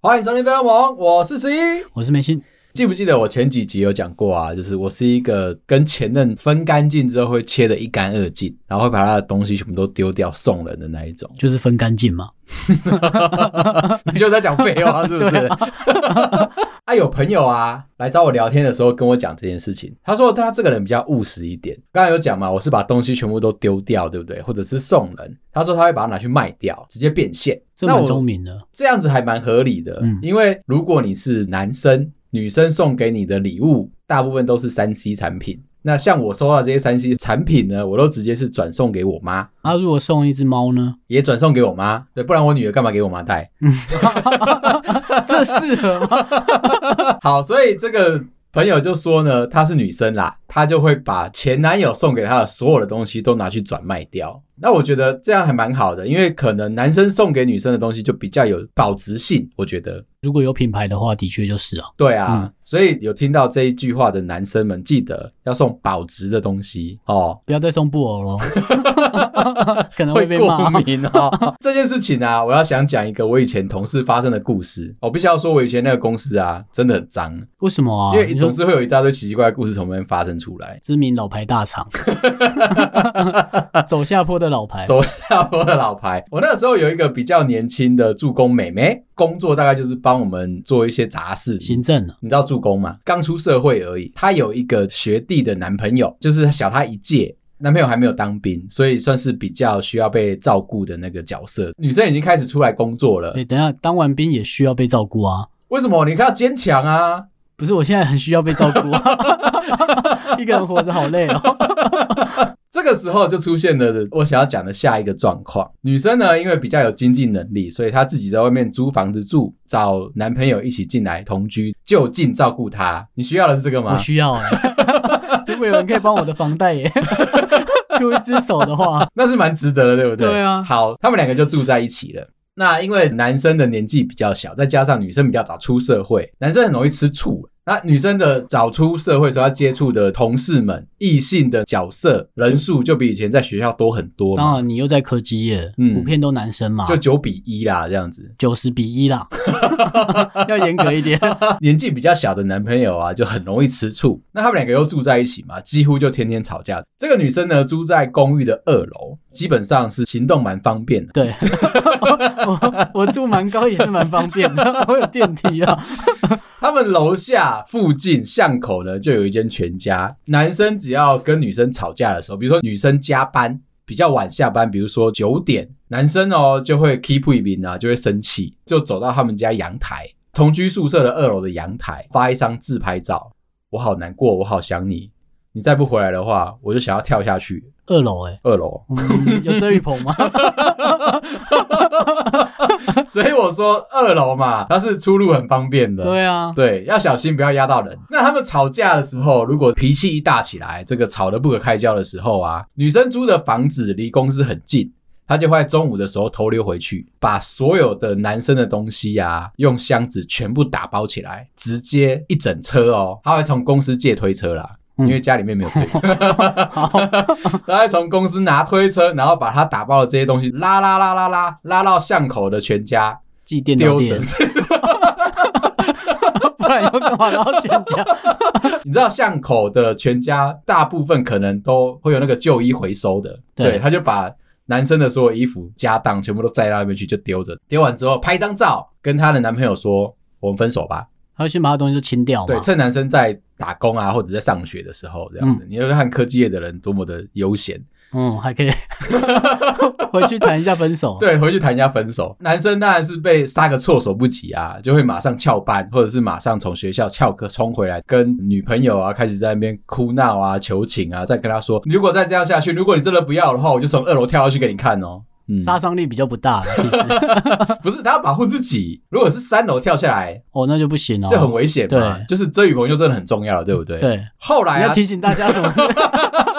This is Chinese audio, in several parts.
欢迎收听《飞龙王》，我是十一。我是梅心，。记不记得我前几集有讲过啊？就是我是一个跟前任分干净之后会切的一干二净，然后会把他的东西全部都丢掉送人的那一种 就是分干净嘛。你就在讲废 话是不是？啊，有朋友啊来找我聊天的时候跟我讲这件事情，他说他这个人比较务实一点。刚才有讲嘛，我是把东西全部都丢掉，对不对？或者是送人。他说他会把它拿去卖掉，直接变现。这那蛮我聪明的，这样子还蛮合理的，嗯因为如果你是男生，女生送给你的礼物大部分都是三 C 产品。那像我收到这些三 C 产品呢，我都直接是转送给我妈，啊，如果送一只 猫呢？也转送给我妈，对，不然我女儿干嘛给我妈带？ 这适合吗？好，所以这个朋友就说呢，她是女生啦，她就会把前男友送给她的所有的东西都拿去转卖掉。那我觉得这样还蛮好的，因为可能男生送给女生的东西就比较有保值性，我觉得。如果有品牌的话，的确就是啊。对啊，嗯所以有听到这一句话的男生们，记得要送保值的东西哦，不要再送 布偶喽，可能会被过骂。敏哦。 这件事情啊，我要想讲一个我以前同事发生的故事。哦我必须要说，我以前那个公司啊，真的很脏，为什么啊？因为你总说是会有一大堆奇奇怪怪的故事从那边发生出来。 知名老牌大厂，走下坡的老牌，走下坡的老牌。我那个时候有一个比较年轻的助攻妹妹，工作大概就是帮我们做一些杂事，行政啊了。你知道助攻吗？刚出社会而已。她有一个学弟的男朋友，就是小她一届。男朋友还没有当兵，所以算是比较需要被照顾的那个角色。女生已经开始出来工作了，对，等一下当完兵也需要被照顾啊。为什么？你看要坚强啊！不是，我现在很需要被照 顾啊，一个人活着好累哦。这个时候就出现了我想要讲的下一个状况。女生呢，因为比较有经济能力，所以她自己在外面租房子住，找男朋友一起进来同居，就近照顾她。你需要的是这个我吗？需要哎、 如果有人可以帮我的房贷耶， 出一只手的话，那是蛮值得的，对不对？对啊好，他们两个就住在一起了。那因为男生的年纪比较小，再加上女生比较早出社会，男生很容易吃醋。那女生的早出社会所要接触的同事们、异性的角色人数，就比以前在学校多很多当嘛，然你又在科技业，嗯普遍都男生嘛，就就九比一啦，这样子。九十比 一啦，要严格一点。年纪比较小的男朋友啊，就很容易吃醋。那他们两个又住在一起嘛，几乎就天天吵架。这个女生呢，住在公寓的二楼，基本上是行动蛮方便的。对，我我住蛮高也是蛮方便的，我有电梯啊。他们楼下附近巷口呢，就有一间全家。男生只要跟女生吵架的时候，比如说女生加班比较晚下班，比如说九点，男生哦就会 keep 一名啊，就会生气，就走到他们家阳台，同居宿舍的二楼的阳台发一张自拍照。我好难过，我好想你。你再不回来的话，我就想要跳下去二楼哎、二楼。 嗯，有遮雨棚吗？所以我说二楼嘛，它是出入很方便的。对啊，对，要小心不要压到哦人。那他们吵架的时候，如果脾气一大起来，这个吵得不可开交的时候啊，女生租的房子离公司很近，她就会在中午的时候偷溜回去，把所有的男生的东西啊，用箱子全部打包起来，直接一整车哦，她会从公司借推车啦。因嗯为家里面没有推 车， 她会从公司拿推车，然后把她打包的这些东西拉拉拉拉拉拉到巷口的全家寄电脑丢着店，不然要干嘛？然后全家你知道巷口的全家大部分可能都会有那个旧衣回收的，对他就把男生的所有衣服、家当全部都载到那边去，就丢着。丢完之后拍一张照，跟她的男朋友说：“我们分手吧。他会先把他东西都清掉”对嘛，。趁男生在打工啊或者在上学的时候，这样子，你就会看科技业的人多么的悠闲。嗯，还可以 回去谈一下分手。对，回去谈一下分手。男生当然是被杀个措手不及啊，就会马上翘班，或者是马上从学校翘课冲回来，跟女朋友啊开始在那边哭闹啊、求情啊，再跟她说，如果再这样下去，如果你真的不要的话，我就从二楼跳下去给你看哦。嗯，杀伤力比较不大啦，其实不是，他要保护自己。如果是三楼跳下来，哦，那就不行哦。就很危险嘛。对就是遮雨棚就真的很重要了，对不对？。对，后来你要啊，提醒大家什么事？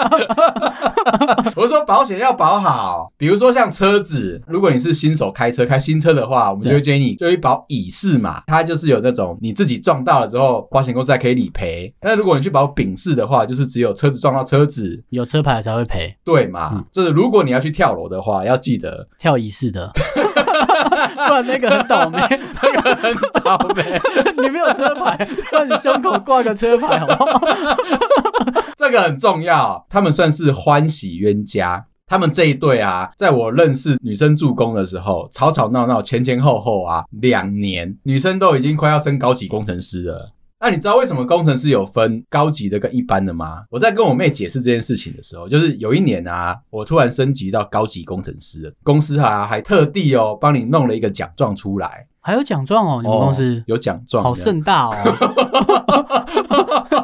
我说保险要保好，比如说像车子，如果你是新手开车开新车的话，我们就会建议你就去保乙式嘛，它就是有那种你自己撞到了之后，保险公司还可以理赔。那如果你去保丙式的话，就是只有车子撞到车子，有车牌才会赔，对嘛？嗯就是如果你要去跳楼的话，要记得 跳一式的，不然那个很 倒霉。倒霉。你没有车牌，不然你胸口挂个车牌好不好？这个很重要。他们算是欢喜冤家。他们这一对啊，在我认识女生助攻的时候，吵吵闹闹，前前后后啊，两年，女生都已经快要升高级工程师了。那你知道为什么工程师有分高级的跟一般的吗？我在跟我妹解释这件事情的时候，就是有一年啊，我突然升级到高级工程师了，公司啊还特地哦帮你弄了一个奖状出来。还有奖状哦，你们公哦司、有奖状，好盛大 哦，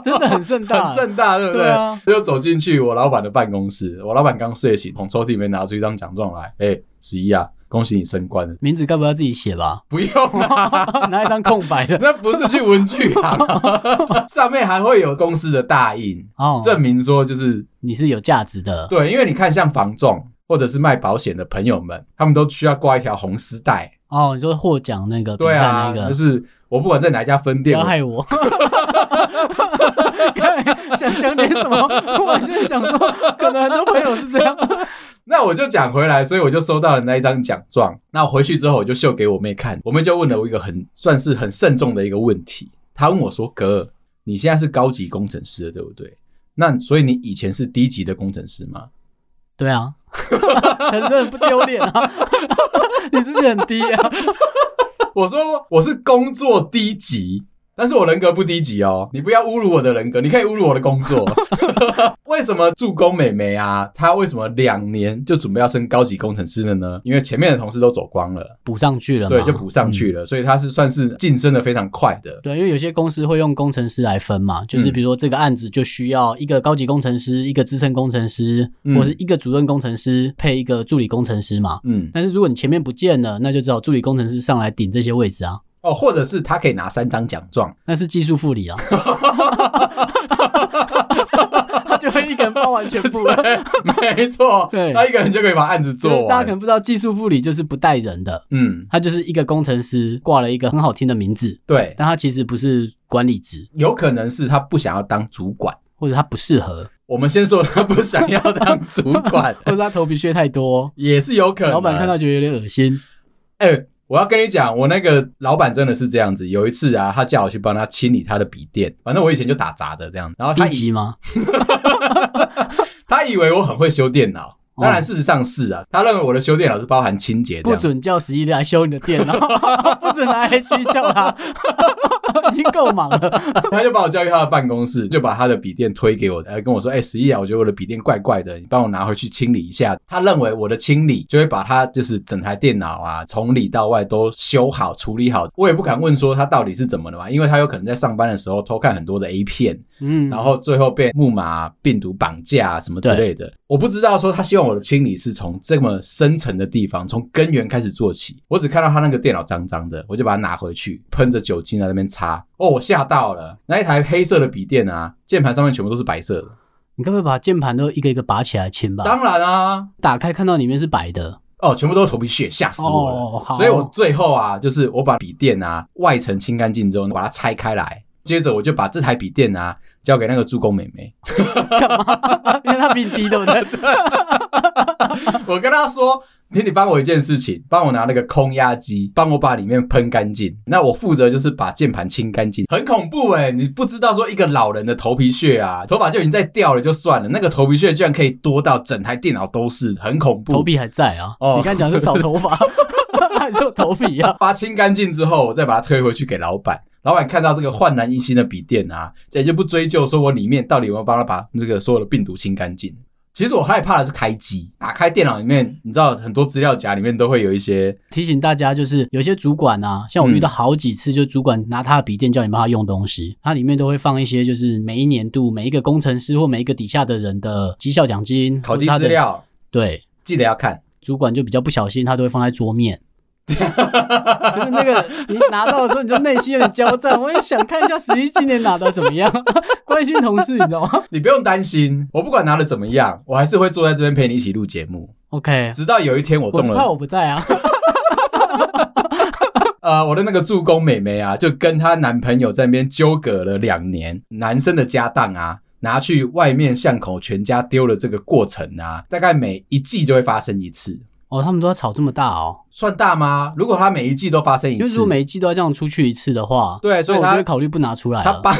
真的很盛大，很盛大，对不对？对啊就走进去我老板的办公室，我老板刚睡醒，从抽屉里面拿出一张奖状来，哎、十一啊，恭喜你升官了，名字 该不要自己写 吧？不用啦。拿一张空白的 那不是去文具行、 啊，上面还会有公司的大印，哦，证明说就是你是有价值的，对，因为你看像房仲或者是卖保险的朋友们，他们都需要挂一条红丝带，哦，你说获奖那个比对赛啊，那个，就是我不管在哪一家分不店，要我 害我。 看想讲点什么，我就想说，可能很多朋友是这样。那我就讲回来，所以我就收到了那一张奖状。那回去之后，我就秀给我妹看，我妹就问了我一个很算是很慎重的一个问题。她问我说：“哥，你现在是高级工程师了，对不对？那所以你以前是低级的工程师吗对啊， 承认不丢脸啊， 你自己很低啊。？”我说：“我是工作低级。”但是我人格不低级哦，你不要侮辱我的人格，你可以侮辱我的工作。 为什么助攻美眉啊，她为什么两年就准备要升高级工程师了呢？因为前面的同事都走光了。补上去了嘛，对，就补上去了，所以他是算是晋升的非常快的。对，因为有些公司会用工程师来分嘛，就是嗯比如说这个案子就需要一个高级工程师、一个资深工程师，嗯或是一个主任工程师配一个助理工程师嘛。嗯，但是如果你前面不见了，那就只好助理工程师上来顶这些位置啊，哦，或者是他可以拿三张奖状，那是技术副理啊， 他就会一个人包 完全部了。 没错，对他一个人就可以把案子就是做大家可完。能不知道，技术副理就是不带人的，嗯，他就是一个工程师挂了一个很好听的名字，对，但他其实不是管理职，有可能是他不想要当主管。或者他不适合，我们先说他不想要当主管， 或者他头皮屑太多，也是有可能。 老板看到，觉得有点恶心。哎、我要跟你讲，我那个老板真的是这样子。有一次啊，他叫我去帮他清理他的笔电，反正我以前就打杂的这样。然后他低以级吗？他以为我很会修电脑，哦当然事实上是啊，他认为我的修电脑是包含清洁这不样。准叫十一来修你的 电脑，不准拿 IG 叫他， 已经够忙 了。 他就把我叫去他的办公室，就把他的笔电推给我，呃，跟我说：“哎、十一啊，我觉得我的笔电怪怪的，你帮我拿回去清理一下。”他认为我的清理就会把他就是整台电脑啊，从里到外都修好、处理好。我也不敢问说他到底是怎么了嘛，因为他有可能在上班的时候偷看很多的 A 片，嗯，然后最后被木马病毒绑架啊什么之类的。我不知道说他希望我的清理是从这么深层的地方，从根源开始做起。我只看到他那个电脑脏脏的，我就把它拿回去，喷着酒精在那边擦。哦，我吓到了，那一台黑色的笔电啊，键盘上面全部都是白色的。你该不会把键盘都一个一个拔起来清吧？当然啊，打开看到里面是白 的，哦，全部都是头皮屑，吓死我了。哦好所以我最后啊，就是我把笔电啊外层清干净之后，把它拆开来。接着我就把这台笔电啊交给那个助攻妹妹，因为它比你低，对不 对？我跟他说，请你帮我一件事情，帮我拿那个空压机，帮我把里面喷干净。那我负责就是把键盘清干净，很恐怖哎、你不知道说一个老人的头皮屑啊，头发就已经在掉了就算了，那个头皮屑居然可以多到整台电脑都是，很恐怖。头皮还在啊。哦你刚讲是少头 发，还是有头皮啊？把它清干净之后，我再把它推回去给老板。老板看到这个焕然一新的笔电啊，也就不追究说我里面到底有没有帮他把这个所有的病毒清干净。其实我害怕的是开机，打开电脑里面，你知道很多资料夹里面都会有一些提醒大家，就是有些主管啊，像我遇到嗯好几次，就主管拿他的笔电叫你帮他用东西，它里面都会放一些，就是每一年度每一个工程师或每一个底下的人的绩效奖金、考或级是他资的，料，对。记得要看。 主管就比较不小心，他都会放在桌面，就是那个你拿到的时候，你就内心有点焦躁。我也想看一下十一今年拿的怎么样， 关心同事，你知道吗你不用担心，我不管拿的怎么样，我还是会坐在这边陪你一起录节目， ？OK，直到有一天我我中是怕了，我不在啊。呃，我的那个助攻妹妹啊，就跟她男朋友在那边纠葛了两年，男生的家当啊。拿去外面巷口全家丢了这个过程啊，大概每一季就会发生一次，哦，他们都要吵这么大哦，算大吗？如果他每一季都发生一因为次，如果每一季都要这样出去一次的话，对所以那我他就会考虑不拿出来啊他了。八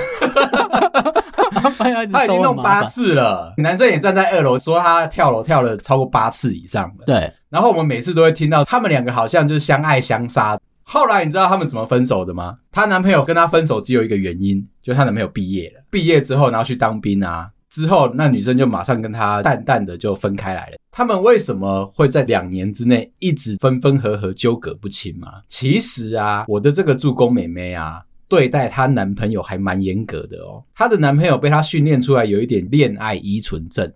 他半夜一直他已经收很弄麻八烦。次了，男生也站在二楼说他跳楼跳了超过八次以上了。对，然后我们每次都会听到他们两个好像就是相爱相杀。后来你知道他们怎么分手的吗？她男朋友跟她分手只有一个原因，就是她男朋友毕业了，毕业之后然后去当兵啊。之后那女生就马上跟他淡淡的就分开来了。他们为什么会在两年之内一直分分合合纠葛不清吗？其实啊，我的这个助攻妹妹啊。对待她男朋友还蛮严格的哦，她的男朋友被她训练出来有一点恋爱依存症，哦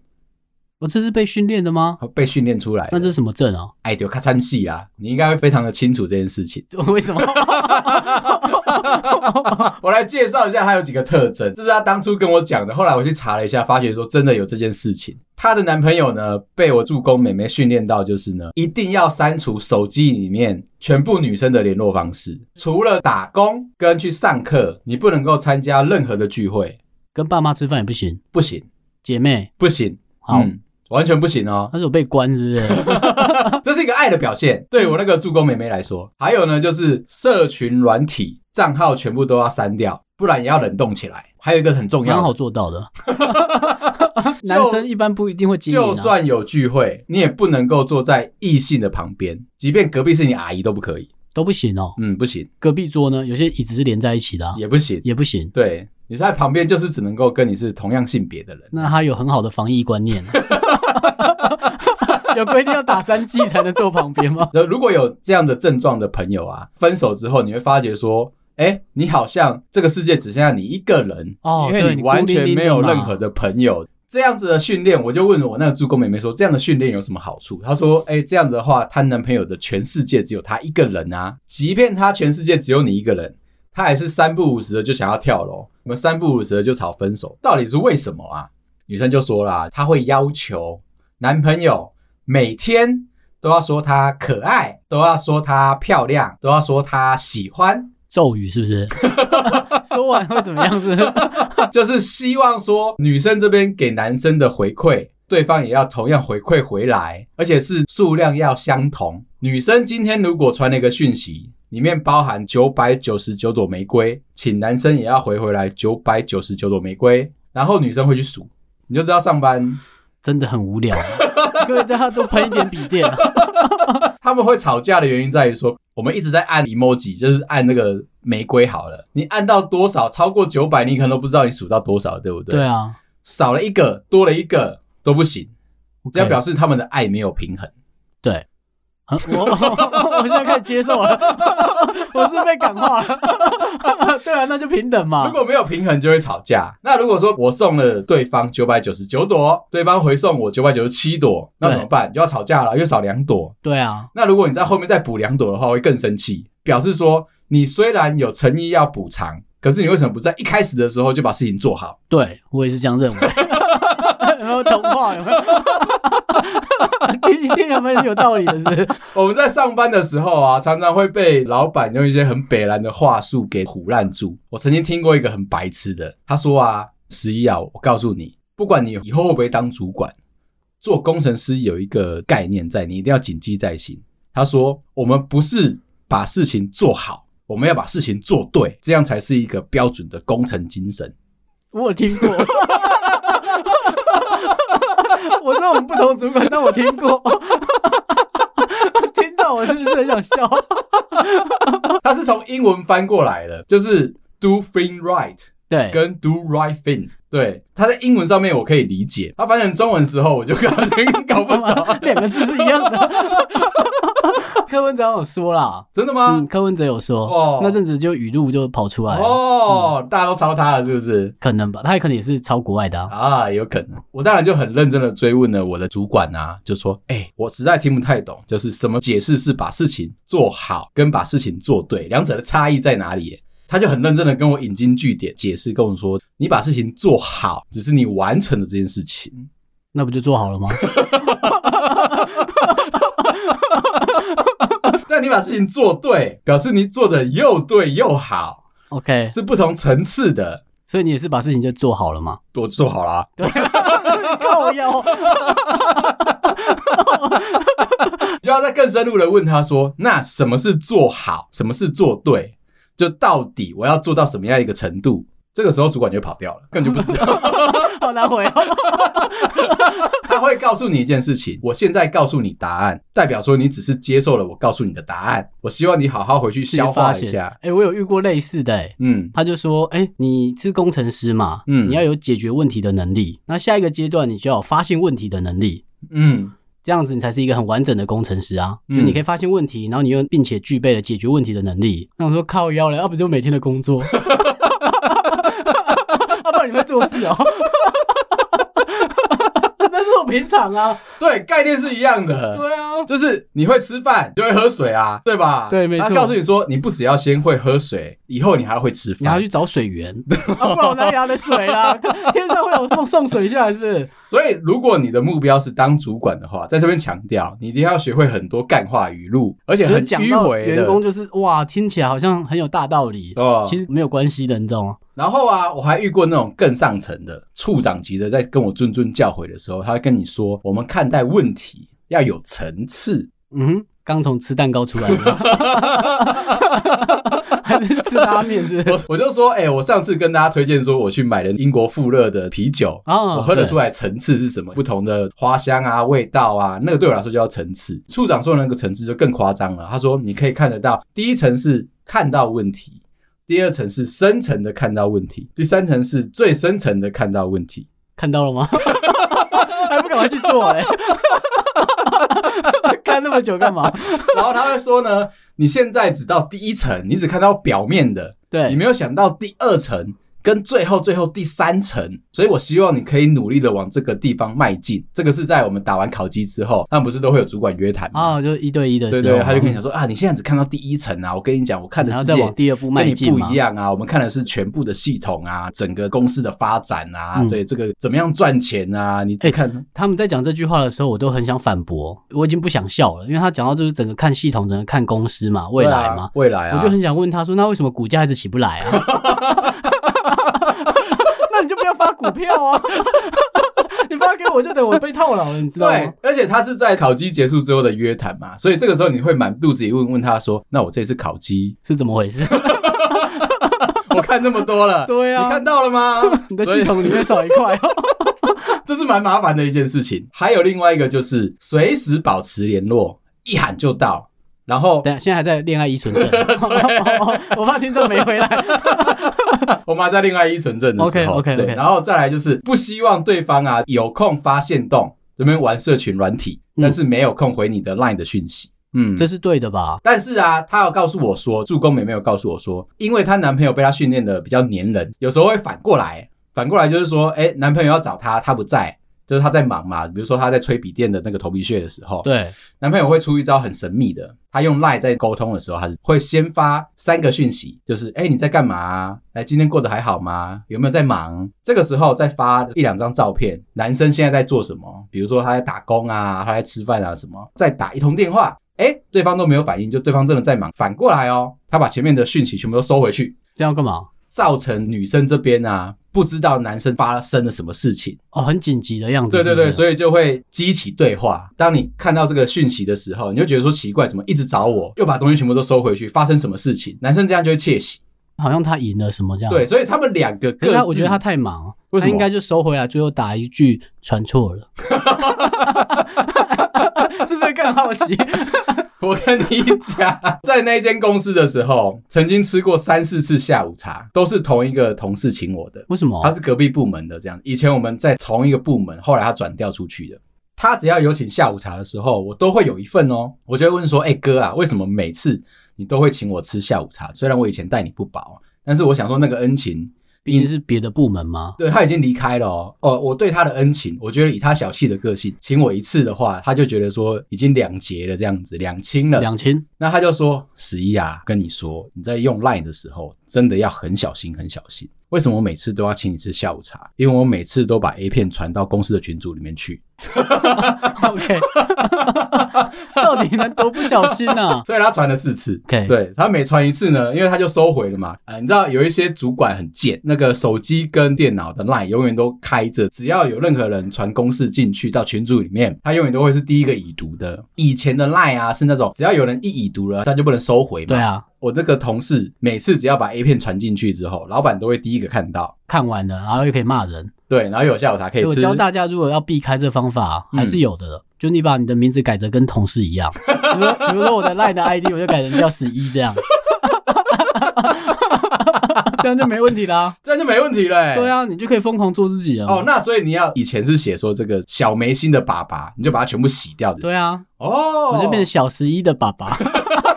我这是被训练的吗？被训练出来的。那这是什么证啊？ 哎，就咔嚓戏啦，你应该会非常的清楚这件事情。为什么？啊我来介绍一下它有几个特征，这是她当初跟我讲的，后来我去查了一下，发觉说真的有这件事情。她的男朋友呢，被我助攻妹妹训练到，就是呢，一定要删除手机里面全部女生的联络方式，除了打工跟去上课，你不能够参加任何的聚会，跟爸妈吃饭也不行，不行，姐妹不行，好，嗯完全不行 哦。她是有被关是不是？这是一个爱的表现，对我那个助攻妹妹来说。还有呢，就是社群软体账号全部都要删掉，不然也要冷冻起来。还有一个很重蛮 要好的，做 到的。男生一般不一定会经营、啊，就算有聚会，你也不能够坐在异性的旁边，即便隔壁是你阿姨都不可以。都不行哦。嗯，不行，隔壁桌呢，有些椅子是连在一起的啊、也不行。也不行。对，你在旁边就是只能够跟你是同样性别的人。那他有很好的防疫观 念，啊有规定要打三剂才能坐旁边吗？那如果有这样的症状的朋友啊，分手之后你会发觉说，哎、你好像这个世界只剩下你一个人，哦因为对你你完孤零全零没有的嘛任何的朋友。这样子的训练，我就问我那个助攻妹妹说，这样的训练有什么好处？她说，哎、这样子的话，她男朋友的全世界只有她一个人啊，即便她全世界只有你一个人，她还是三不五时的就想要跳楼，我们三不五时的就吵分手，到底是为什么啊？女生就说啦，她会要求男朋友每天都要说她可爱，都要说她漂亮，都要说她喜欢， 咒语是不是？ 说完会怎么样子？就是希望说女生这边给男生的回馈，对方也要同样回馈回来，而且是数量要相同。女生今天如果传了一个讯息，里面包含九百九十九朵玫瑰，请男生也要回回来九百九十九朵玫瑰，然后女生会去数，你就知道上班真的很 无聊、各位大家多喷一点笔电、啊，他们会吵架的原因在于说，我们一直在按 emoji，就是按那个玫瑰好了。你按到多少，超过九百，你可能都不知道你数到多少，对不对？对，啊，少了一个，多了一个都不行，这样表示示他们的爱没有平衡。对。啊我 我现在开始接受了， 我是被感化了。 对啊，那就平等如嘛。果没有平衡，就会吵架。那如果说我送了对方九百九十九朵，对方回送我九百九十七朵，那怎么办？就要吵架了，又少两朵。对啊，那如果你在后面再补两朵的话，会更生气，表示说你虽然有诚意要补偿，可是你为什么不在一开始的时候就把事情做好？对我也是这样 认为。有没有童话？有没有？ 听一听有没有有道理的是不是？我们在上班的时候啊，常常会被老板用一些很北蓝的话术给唬烂住。我曾经听过一个很白痴的，他说啊，十一啊，我告诉你，不管你以后会不会当主管，做工程师有一个概念在，你一定要谨记在心。他说，我们不是把事情做好，我们要把事情做对，这样才是一个标准的工程精神。我有听 过。我说我们不同主管，但我听过。 听到我真的是很想笑。它是从英文翻过来的，就是 do thing right。对，跟 do right thing。对，它在英文上面我可以理解，它翻成中文时候我就搞搞不懂。两个字是一样的。 柯文哲有说啦， 真的吗？嗯，柯文哲有说，哦那阵子就语录就跑出来了，哦，大家都抄他了，是不是？可能吧，他也可能也是抄国外的啊。啊，有可能。我当然就很认真的追问了我的主管啊，就说：“哎、我实在听不太懂，就是什么解释是把事情做好跟把事情做对，两者的差异在哪里耶？”他就很认真的跟我引经据典解释，跟我说：“你把事情做好，只是你完成了这件事情。 那不就做好了吗？但你把事情做对，表示你做的又对又好， OK，是不同层次的。所以你也是把事情就做好了嘛？我做好啊啦，对， 靠腰。就要再更深入的问他说，那什么是做好，什么是做对？就到底我要做到什么样一个程度？这个时候主管就跑掉了，根本就不知道。 好难回哦。他会告诉你一件事情，我现在告诉你答案，代表说你只是接受了我告诉你的答案。我希望你好好回去 消化一下。哎、我有遇过类似的、哎，嗯他就说，哎、你是工程师嘛，嗯你要有解决问题的能力，那下一个阶段你就要有发现问题的能力。嗯这样子你才是一个很完整的工程师啊！就嗯你可以发现问题，然后你又并且具备了解决问题的能力。那我说靠腰了，要、啊不就每天的工 作，要、不然你会做事哦。 那是我平常啊，对，概念是一样的。对啊，就是你会吃饭，就会喝水啊，对吧？对没错他告诉你说，你不只要先会喝水，以后你还会吃你还要饭。去找水源，啊、不然我哪里来的水啦？天上会有送送水下来是不是？所以，如果你的目标是当主管的话，在这边强调，你一定要学会很多干话语录，而且就是很讲迂到回员工的。就是哇，听起来好像很有大道理，哦其实没有关系的，你知道吗？然后啊，我还遇过那种更上层的处长级的，在跟我谆谆教诲的时候，他会跟你说，我们看待问题要有层次。嗯哼，刚从吃蛋糕出来 的，还是吃拉面是不是？ 我我就说，哎、我上次跟大家推荐说，我去买了英国富勒的啤酒，啊我喝得对出来层次是什么，不同的花香啊、味道啊，那个对我来说就叫层次。处长说的那个层次就更夸张了，他说你可以看得到，第一层是看到问题，第二层是深层的看到问题，第三层是最深层的看到问题。 看到了吗？还不赶快去做哎、看那么久干嘛？然后他会说呢，你现在只到第一层，你只看到表面的，你对，没有想到第二层。跟最后最后第三层，所以我希望你可以努力的往这个地方迈进。这个是在我们打完烤鸡之后，他们不是都会有主管约谈吗？啊，就是一对一的时对候，对，他就跟你讲说啊，你现在只看到第一层啊，我跟你讲，我看的然后世再界往第二步迈跟你进不嘛一。样啊，我们看的是全部的系统啊，整个公司的发展啊，嗯哎对这个怎么样赚钱啊，你只看、他们在讲这句话的时候，我都很想反驳，我已经不想笑了，因为他讲到就是整个看系统，整个看公司嘛，未来嘛，对啊未来啊，我就很想问他说，那为什么股价还是起不来啊？ 那你就不要发股票啊！ 你发给我就等我被套牢了，你知道对吗？，而且他是在烤鸡结束之后的约谈嘛，所以这个时候你会满肚子疑问，问他说：“那我这次烤鸡，是怎么 回事？我看这么多了， 对啊你看到了吗？ 你的所以系统里面少一块哦。这是蛮麻烦的一件事情。还有另外一个就是随时保持联络，一喊就到，然后等一下，现在还在恋爱依存 症， 我怕听众没回来。我妈在另外一存证的时候 OK，OK，OK 对然后再来就是不希望对方啊有空发现动这边玩社群软体，嗯但是没有空回你的 LINE 的讯息，嗯，这是对的吧？但是啊，她有告诉我说，助攻妹妹有告诉我说，因为她男朋友被她训练的比较黏人，有时候会反过来，反过来就是说，哎、男朋友要找她，她不在，就是她在忙嘛，比如说她在吹笔电的那个头皮屑的时候，对，男朋友会出一招很神秘的，他用 Line 在沟通的时候，他是会先发三个讯息，就是哎、你在干嘛、啊？哎今天过得还好吗？有没有在忙？这个时候再发一两张照片，男生现在在做什么？比如说他在打工啊，他在吃饭啊什么？再打一通电话，哎、对方都没有反应，就对方真的在忙。反过来哦，他把前面的讯息全部都收回去，这样干嘛？造成女生这边啊不知道男生发生了什么事情。哦，很紧急的样子。对对对，以所以就会激起对话。当你看到这个讯息的时候，你就觉得说奇怪，怎么一直找我，又把东西全部都收回去，发生什么事情？男生这样就会窃喜。好像他赢了什么这样。对，，所以他们两个嗯各可是自，他我觉得他太忙，啊为什么他应该就收回来，最后打一句传错 了， 是不是更好奇？ 我跟你讲，在那间公司的时候，曾经吃过三四次下午茶，都是同一个同事请我的，为什么他？是隔壁部门的这样。以前我们在同一个部门，后来他转调出去的。他只要有请下午茶的时候，我都会有一份哦。我就会问说：“哎、哥啊，为什么每次你都会请我吃下午茶？虽然我以前待你不薄，啊但是我想说那个恩情，毕竟是别的部门嘛。对他已经离开了哦。哦，我对他的恩情，我觉得以他小气的个性，请我一次的话，他就觉得说已经两节了，这样子两清了。两千，那他就说：“十一啊，跟你说，你在用 LINE 的时候，真的要很小心，很小心。为什么我每次都要请你吃下午茶？因为我每次都把 A 片传到公司的群组里面去， OK，到底能多不小心啊？ 所以他传了四次。 OK 对他每传一次呢，因为他就收回了嘛。啊、你知道有一些主管很贱，那个手机跟电脑的 LINE 永远都开着，只要有任何人传公式进去到群组里面，他永远都会是第一个已读的。以前的 LINE 啊，是那种只要有人一已读了，他就不能收回嘛。对啊，我这个同事每次只要把 A 片传进去之后，老板都会第一个看到，看完了，然后又可以骂人。对，然后有下午茶可以所以我吃。教大家，如果要避开这方法，啊嗯还是有的。就你把你的名字改成跟同事一样，比如 比如说我的 LINE 的 ID，我就改成叫十一这样， 这样就没问题啦。这样就没问题了、欸。对。啊，你就可以疯狂做自己了。哦，，那所以你要以前是写说这个小眉心的粑粑，你就把它全部洗掉的。对啊，哦，我就变成小十一的爸 爸，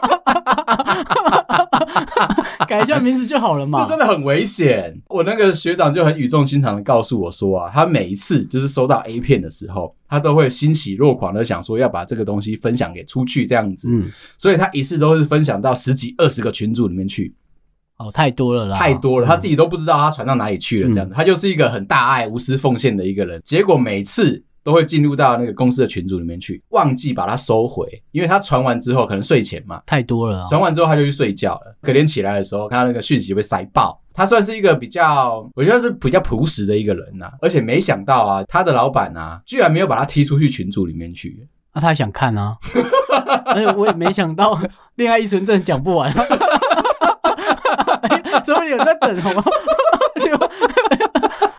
改一下名字就好了嘛。这真的很危险。我那个学长就很语重心长的告诉我说啊，他每一次就是收到 A 片的时候，他都会欣喜若狂的想说要把这个东西分享给出去这样子，嗯，所以他一次都是分享到十几二十个群组里面去。哦，太多了啦，太多了，他自己都不知道他传到哪里去了，这样子，他就是一个很大爱、无私奉献的一个人。结果每次都会进入到那个公司的群组里面去，忘记把它收回，因为他传完之后可能睡前嘛，太多了啊。传完之后他就去睡觉了。可怜起来的时候，看到那个讯息被塞爆。他算是一个比较，我觉得是比较朴实的一个人呐、啊而且没想到啊，他的老板啊，居然没有把他踢出去群组里面去。那、他还想 看啊，而且我也没想到《恋爱依存症》讲不完，哎怎么有人在等好吗？结果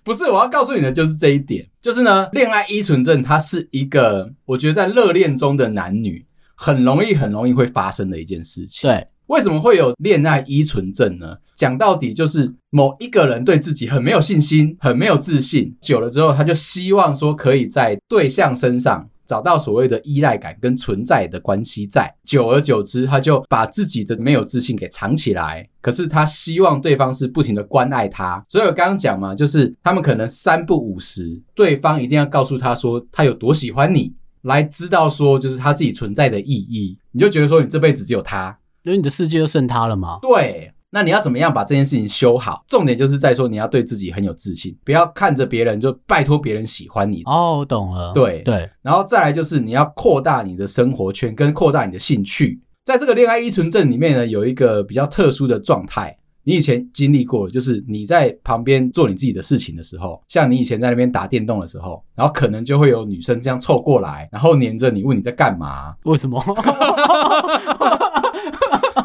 不是，我要告诉你的就是这一点，就是呢，恋爱依存症它是一个，我觉得在热恋中的男女很容易、很容易会发生的一件事情。， 对，为什么会有恋爱依存症呢？讲到底就是某一个人对自己很没有信心、很没有自信，久了之后，他就希望说可以在对象身上。找到所谓的依赖感跟存在的关系在，久而久之，他就把自己的没有自信给藏起来。可是他希望对方是不停的关爱他，所以我刚刚讲嘛，就是他们可能三不五时，对方一定要告诉他说他有多喜欢你，来知道说就是他自己存在的意义。你就觉得说你这辈子只有他，因为你的世界就剩他了嘛。对，那你要怎么样把这件事情修好？重点就是在说你要对自己很有自信，不要看着别人就拜托别人喜欢你。哦，我懂了，对对，然后再来就是你要扩大你的生活圈，跟扩大你的兴趣。在这个恋爱依存症里面呢，有一个比较特殊的状态，你以前经历过的，就是你在旁边做你自己的事情的时候，像你以前在那边打电动的时候，然后可能就会有女生这样凑过来，然后黏着你问你在干嘛。为什么？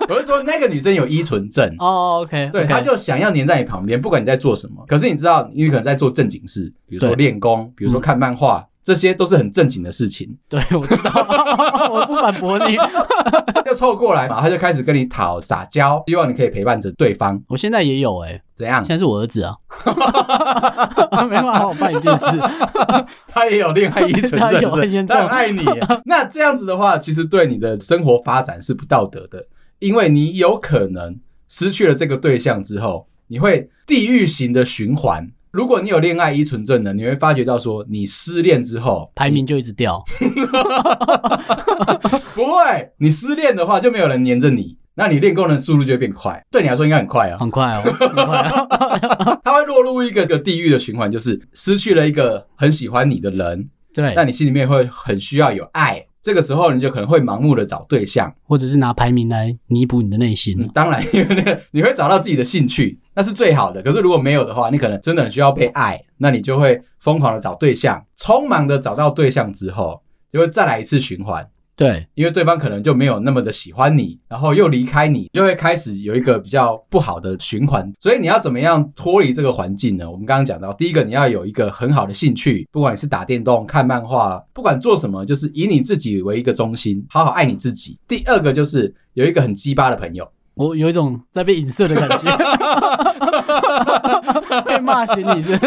我是说那个女生有依存症，哦，OK，对 OK 他就想要黏在你旁边，不管你在做什么。可是你知道，你可能在做正经事，比如说对嗯练功，比如说看漫画，这些都是很正经的事 情。对，我知道，我不反驳你。就凑过来嘛，他就开始跟你讨撒娇，希望你可以陪伴着对方。我现在也有哎、怎样现？在是我儿子啊， 没办法，我办一件事，他也有恋爱依存他症，有是不很是严重他很爱你。那这样子的话，其实对你的生活发展是不道德的，因为你有可能失去了这个对象之后，你会地狱型的循环。如果你有恋爱依存症呢，你会发觉到说，你失恋之后排名就一直掉。不会，你失恋的话就没有人黏着你，那你练功的速度就会变快，对你来说应该很快啊。很快哦，很快、哦，它会落入一个个地狱的循环，就是失去了一个很喜欢你的人，对那，你心里面会很需要有爱。这个时候你就可能会盲目的找对象，或者是拿排名来弥补你的内心、嗯，当然，因为那个你会找到自己的兴趣，那是最好的。可是如果没有的话，你可能真的很需要被爱，那你就会疯狂的找对象，匆忙的找到对象之后，就会再来一次循环。对，因为对方可能就没有那么的喜欢你，然后又离开你，就会开始有一个比较不好的循环。所以你要怎么样脱离这个环境呢？我们刚刚讲到，第一个你要有一个很好的兴趣，不管你是打电动、看漫画，不管做什么，就是以你自己为一个中心，好好爱你自己。第二个就是有一个很鸡巴的朋友，我有一种在 被影射的感觉，被骂醒你是？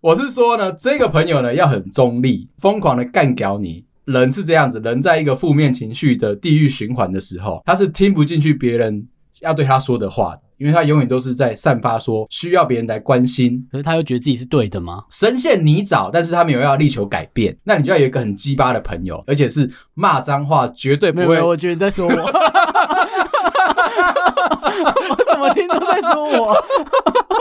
我是说呢，这个朋友呢要很中立，疯狂的干掉你。人是这样子，人在一个负面情绪的地狱循环的时候，他是听不进去别人要对他说的话的，因为他永远都是在散发说需要别人来关心，可是他又觉得自己是对的吗？深陷泥沼，但是他没有要力求改变，那你就要有一个很鸡巴的朋友，而且是骂脏话绝对不没有，没会有，我觉得你在说我。我怎么听都在说我，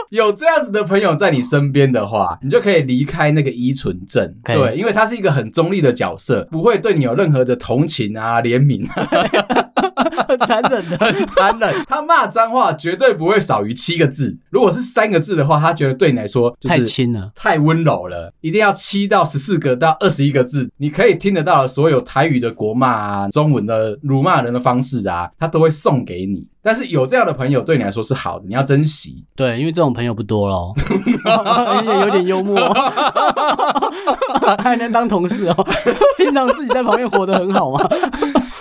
有这样子的朋友在你身边的话，你就可以离开那个依存症。可以对，因为他是一个很中立的角色，不会对你有任何的同情啊、怜悯啊、很残忍的。残忍。 他骂脏话绝对不会少于七个字，如果是三个字的话，他觉得对你来说就太是。轻了，太温柔了，一定要七到十四个到二十一个字，你可以听得到的所有台语的国骂啊、中文的辱骂人的方式啊，他都会送给你。但是有这样的朋友对你来说是好的，你要珍惜。对，因为这种朋友不多咯，而 且有点幽默，还能当同事哦。平常自己在旁边活得很好嘛，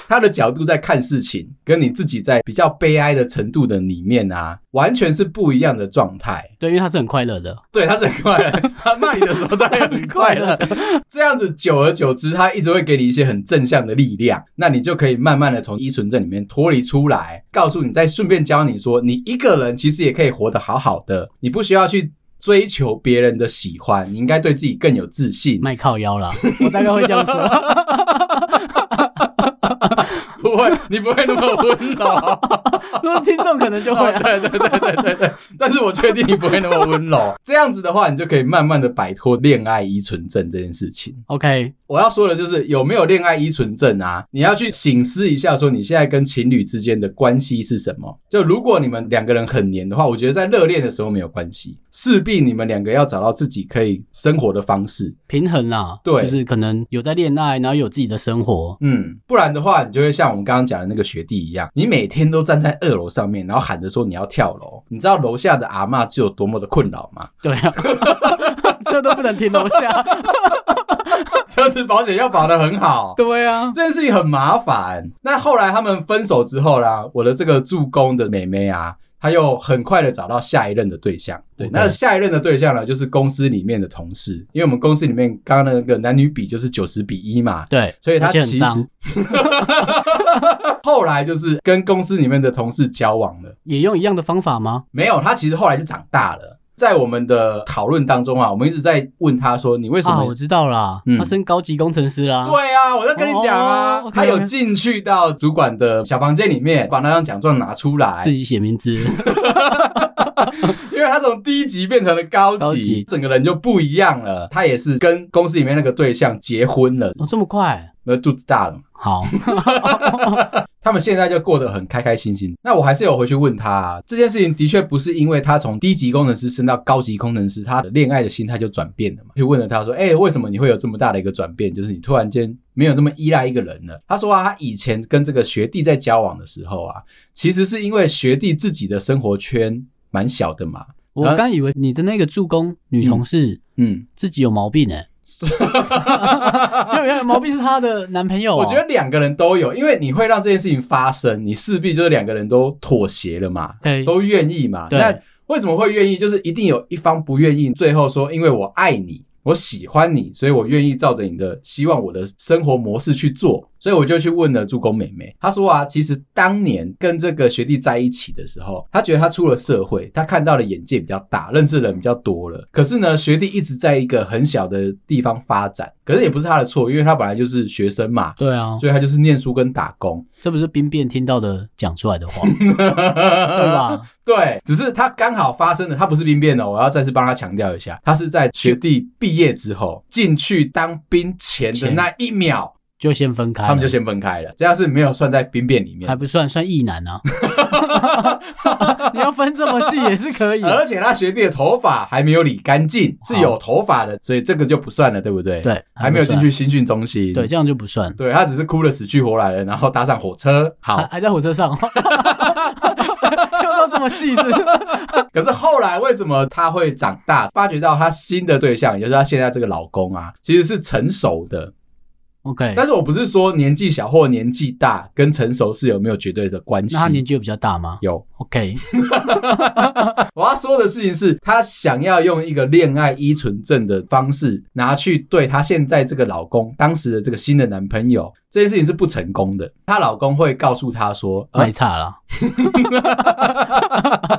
他的角度在看事情，跟你自己在比较悲哀的程度的里面啊，完全是不一样的状态。对，因为他是很快乐的，对，他是很快乐，他骂你的时候当然很快乐。这样子久而久之，他一直会给你一些很正向的力量，那你就可以慢慢的从依存症里面脱离出来。告诉你，再顺便教你说，你一个人其实也可以活得好好的，你不需要去追求别人的喜欢，你应该对自己更有自信。 卖靠腰啦，我大概会这样说。 不会，你不会那么温柔。如果听众可能就会、啊，对对对对对对，但是我确定你不会那么温柔。这样子的话，你就可以慢慢的摆脱恋爱依存症这件事情。 OK，我要说的就是有没有恋爱依存症啊？你要去醒思一下，说你现在跟情侣之间的关系是什么？就如果你们两个人很黏的话，我觉得在热恋的时候没有关系，势必你们两个要找到自己可以生活的方式。平衡啦，对就是可能有在恋爱，然后有自己的生活，嗯，不然的话，你就会像我们刚刚讲的那个学弟一样，你每天都站在二楼上面，然后喊着说你要跳楼。你知道楼下的阿嬷是有多么的困扰吗？ 对啊， 这都不能停楼下，车子保险要保得很好。对 啊，这件事情很麻烦。那后来他们分手之后啦，我的这个助攻的妹妹啊，她又很快的找到下一任的对象。对， OK 那下一任的对象呢，就是公司里面的同事，因为我们公司里面刚刚那个男女比就是九十比一嘛，对，所以他而且其很实脏， 后来就是跟公司里面的同事交往了。也用一样的方法吗？没有，他其实后来就长大了。在我们的讨论当中啊，我们一直在问他说：“你为什啊，么我知道啦，嗯他升高级工程师啦，对啊，我在跟你讲啊哦，OK，OK 他有进去到主管的小房间里面，把那张奖状拿出来自，己写名字， 因为他从低级变成了高级，高级整个人就不一样了。他也是跟公司里面那个对象结婚了，哦，这么快，那肚子大了嘛。 好，他们现在就过得很开开心心。那我还是有回去问他、啊，这件事情的确不是因为他从低级工程师升到高级工程师，他的恋爱的心态就转变了嘛？去问了他说：“哎、为什么你会有这么大的一个转变？就是你突然间没有这么依赖一个人了？”他说啊，他以前跟这个学弟在交往的时候啊，其实是因为学弟自己的生活圈蛮小的嘛，我然后刚以为你的那个助攻女同事呃嗯，自己有毛病 哎、欸，就原来毛病是她的男朋友哦、我觉得两个人都有，因为你会让这件事情发生，你势必就是两个人都妥协了嘛。对，都愿意嘛。对那为什么会愿意？就是一定有一方不愿意，最后说因为我爱你，我喜欢你，所以我愿意照着你的希望我的生活模式去做。所以我就去问了助攻妹妹，她说啊，其实当年跟这个学弟在一起的时候，她觉得她出了社会，她看到的眼界比较大，认识的人比较多了。可是呢，学弟一直在一个很小的地方发展，可是也不是他的错，因为他本来就是学生嘛，对啊，所以他就是念书跟打工。 这不是兵变听到的讲出来的话，对吧？对，只是他刚好发生了，他不是兵变哦，我要再次帮他强调一下，他是在学弟毕业之后进去当兵前的前那一秒，就先分开了，他们就先分开了，这样是没有算在兵变里面还的。不算算异男啊， 你要分这么细也是可以，啊而且他学弟的头发还没有理干净，好是有头发的，所以这个就不算了，对不哦对？，对，还没有进不去新训中心。算，对，，这样就不算，对他只是哭的死去活来的，然后搭上火车。还好，还在火车上， 要到这么 细是不是？可是后来为什么他会长大，发觉到他新的对象，也就是他现在这个老公啊，其实是成熟的， OK，但是我不是说年纪小或年纪大跟成熟是有没有绝对的关系那。他年纪又比较大吗有， ？OK，我要说的事情是，她想要用一个恋爱依存症的方式拿去对她现在这个老公，当时的这个新的男朋友，这件事情是不成功的。她老公会告诉她说，呃太，差了。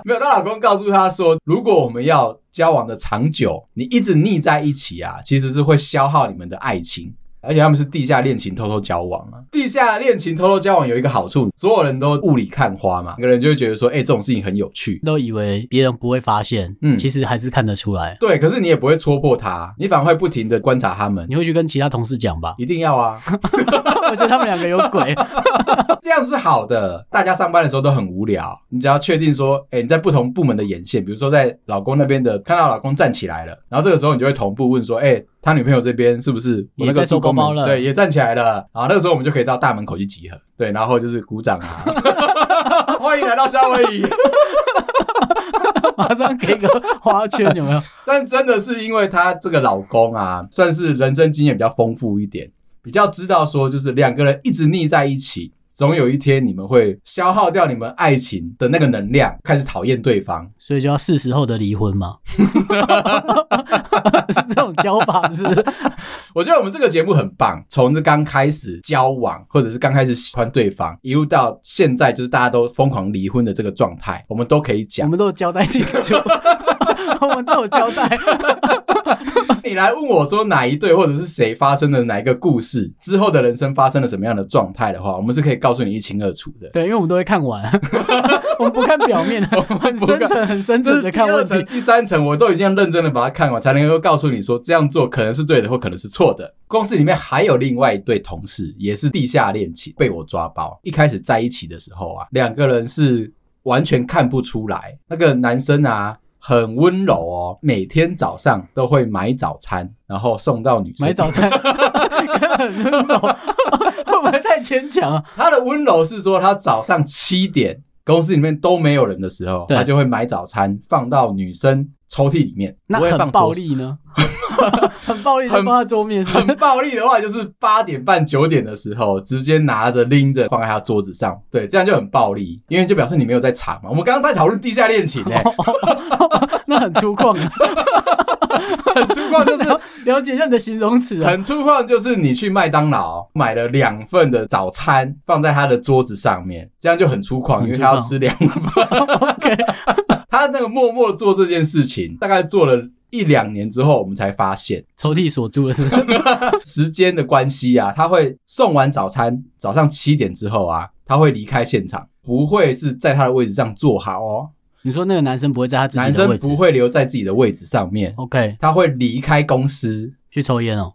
没有，她老公告诉她说，如果我们要交往的长久，你一直腻在一起啊，其实是会消耗你们的爱情。而且他们是地下恋情偷偷交往啊！地下恋情偷偷交往有一个好处，所有人都雾里看花嘛，每个人就会觉得说，哎、这种事情很有趣。都以为别人不会发现，嗯其实还是看得出来。对，可是你也不会戳破他，你反而会不停的观察他们。？你会去跟其他同事讲吧 一定要啊，我觉得他们两个有鬼。 这样是好的。大家上班的时候都很无聊，你只要确定说，哎、你在不同部门的眼线，比如说在老公那边的，看到老公站起来了，然后这个时候你就会同步问说，哎、他女朋友这边是不是我那也个在收助攻包包门了对，也站起来了。然后那个时候我们就可以到大门口去集合，对，然后就是鼓掌 啊，欢迎来到夏威夷。马上给个花圈，有没有？但真的是因为她这个老公啊，算是人生经验比较丰富一点，比较知道说，就是两个人一直腻在一起，总有一天你们会消耗掉你们爱情的那个能量，开始讨厌对方。所以就要是时候的离婚嘛， 是这种教法是不是？我觉得我们这个节目很棒，从这刚开始交往，或者是刚开始喜欢对方，一路到现在就是大家都疯狂离婚的这个状态，我们都可以我讲。们都有交代清 楚，我们都有交代。你来问我说哪一对或者是谁发生了哪一个故事，之后的人生发生了什么样的状态的话，我们是可以告诉你一清二楚的。对，因为我们都会看 完，我们不看表面，很不看深层、很深这层是的第看二问题层、。第三层，我都已经认真的把它看完，才能够告诉你说这样做可能是对的，或可能是错的。公司里面还有另外一对同事，也是地下恋情，被我抓包。一开始在一起的时候啊，两个人是完全看不出来。那个男生啊，很温柔哦，每天早上都会买早餐，然后送到女生。买早餐，看很走，会不会太牵强啊？ 他的温柔是说，他早上七点公司里面都没有人的时候，对他就会买早餐放到女生抽屉里面，那不会很放桌暴上力 呢？很暴力就放在桌面上 很，暴力的话，就是八点半九点的时候，直接拿着拎着放在他桌子上，对，这样就很暴力，因为就表示你没有在场嘛。我们刚刚在讨论地下恋情欸呢、哦那很粗犷 啊。很粗犷就是了解一下你的形容词啊。很粗犷，就是你去麦当劳买了两份的早餐放在他的桌子上面，这样就很粗犷，很粗犷因为他要吃两份。 OK，他那个默默做这件事情，大概做了。一两年之后，我们才发现抽屉锁住了是不是？时间的关系啊，他会送完早餐，早上七点之后啊，他会离开现场，不会是在他的位置上坐好哦。你说那个男生不会在他自己男的生位置？不会留在自己的位置上面， OK，他会离开公司，去抽烟 哦。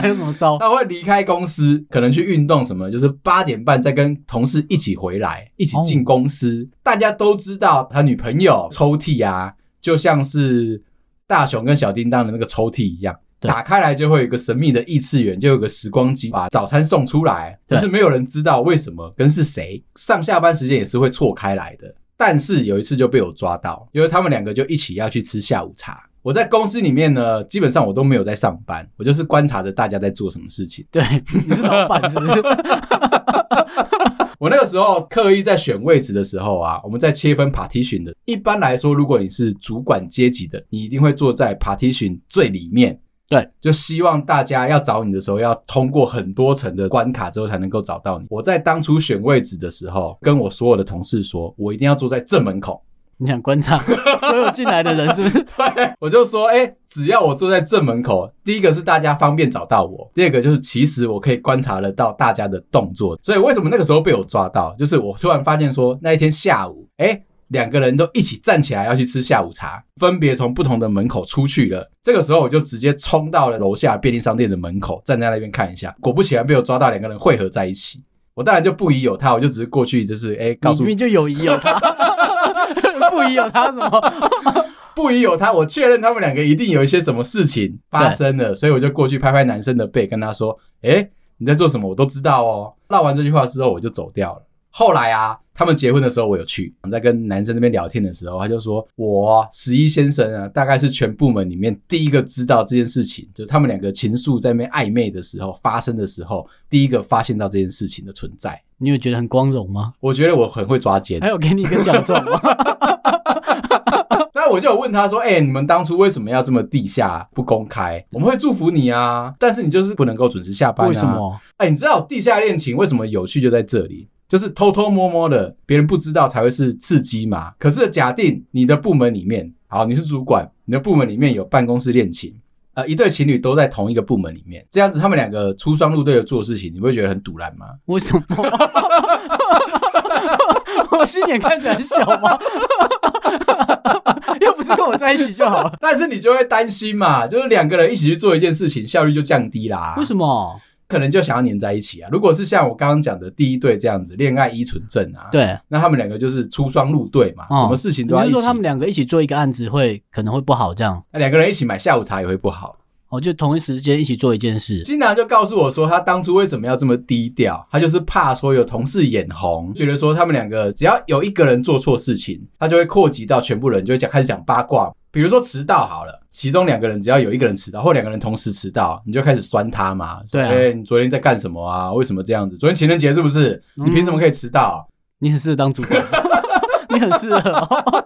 还有什么 招？他会离开公司，可能去运动什么，就是八点半再跟同事一起回来，一起进公司。大家都知道他女朋友抽屉啊，就像是大雄跟小叮当的那个抽屉一样。对打开来就会有一个神秘的异次元，就有个时光机把早餐送出来，可对是没有人知道为什么跟是谁，上下班时间也是会错开来的。但是有一次就被我抓到，因为他们两个就一起要去吃下午茶。我在公司里面呢，基本上我都没有在上班，我就是观察着大家在做什么事情。对，你是老板是不是？ 我那个时候刻意在选位置的时候啊，我们在切分 partition 的。一般来说，如果你是主管阶级的，你一定会坐在 partition 最里面。对，就希望大家要找你的时候，要通过很多层的关卡之后才能够找到你。我在当初选位置的时候，跟我所有的同事说，我一定要坐在正门口。你想观察所有进来的人是不是？我就说，哎、只要我坐在正门口，第一个是大家方便找到我，第二个就是其实我可以观察得到大家的动作。所以为什么那个时候被我抓到，就是我突然发现说，那一天下午，哎、两个人都一起站起来要去吃下午茶，分别从不同的门口出去了。这个时候我就直接冲到了楼下便利商店的门口，站在那边看一下。果不其然被我抓到，两个人汇合在一起。我当然就不疑有他，我就只是过去，就是哎、 告你诉明明就有疑有他， 不疑有他什么？不疑有他，我确认他们两个一定有一些什么事情发生了，所以我就过去拍拍男生的背，跟他哦说：“诶，你在做什么？我都知道哦。”唠完这句话之后，我就走掉了。后来啊，他们结婚的时候我有去，我在跟男生那边聊天的时候，他就说我啊十一先生啊，大概是全部门里面第一个知道这件事情，就是他们两个情愫在那边暧昧的时候发生的时候，第一个发现到这件事情的存在。你有觉得很光荣吗？我觉得我很会抓奸还，有给你一个奖状 吗？那我就有问他说：“哎、你们当初为什么要这么地下不公开？我们会祝福你啊，但是你就是不能够准时下班、啊。为什？么？哎、你知道地下恋情为什么有趣就在这里，就是偷偷摸摸的，别人不知道才会是刺激嘛。可是假定你的部门里面，好，你是主管，你的部门里面有办公室恋情，呃，一对情侣都在同一个部门里面，这样子他们两个出双入对的做事情，你不会觉得很堵然吗？为什么？ 我心眼看起来很小吗？ 又不是跟我在一起就好了。但是你就会担心嘛，就是两个人一起去做一件事情，效率就降低啦。为什么？可能就想要黏在一起啊。如果是像我刚刚讲的第一对这样子，恋爱依存症啊，对，那他们两个就是出双入对嘛，哦什么事情你都要是一起说。他们两个一起做一个案子会可能会不好这样？那两个人一起买下午茶也会不好。哦，就同一时间一起做一件事。金南就告诉我说，他当初为什么要这么低调，他就是怕说有同事眼红，觉得说他们两个只要有一个人做错事情，他就会扩及到全部人，就会讲开始讲八卦。比如说迟到好了，其中两个人只要有一个人迟到，或两个人同时迟到，你就开始酸他嘛。说对啊哎、你昨天在干什么啊？为什么这样子？昨天情人节是不是？你凭什么可以迟到？你很适合当主管， 你很适合、哦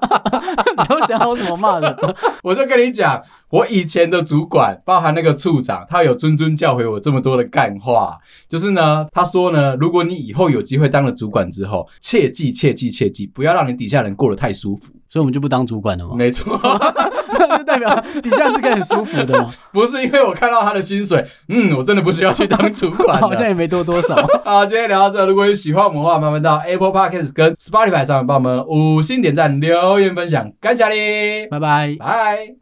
你都想好怎么骂人了。我就跟你讲，我以前的主管，包含那个处长，他有谆谆教诲我这么多的干话，就是呢，他说呢，如果你以后有机会当了主管之后，切记切记切记，不要让你底下人过得太舒服。所以我们就不当主管了 吗？没错， 就代表底下是可以很舒服的吗？不是因为我看到他的薪水，嗯，我真的不需要去当主管 好像了。也没多多少。好，今天聊到这。如果你喜欢我们的话，麻烦到 Apple Podcast 跟 Spotify 上面帮我们五星点赞、留言、分享，感谢你，拜拜。拜。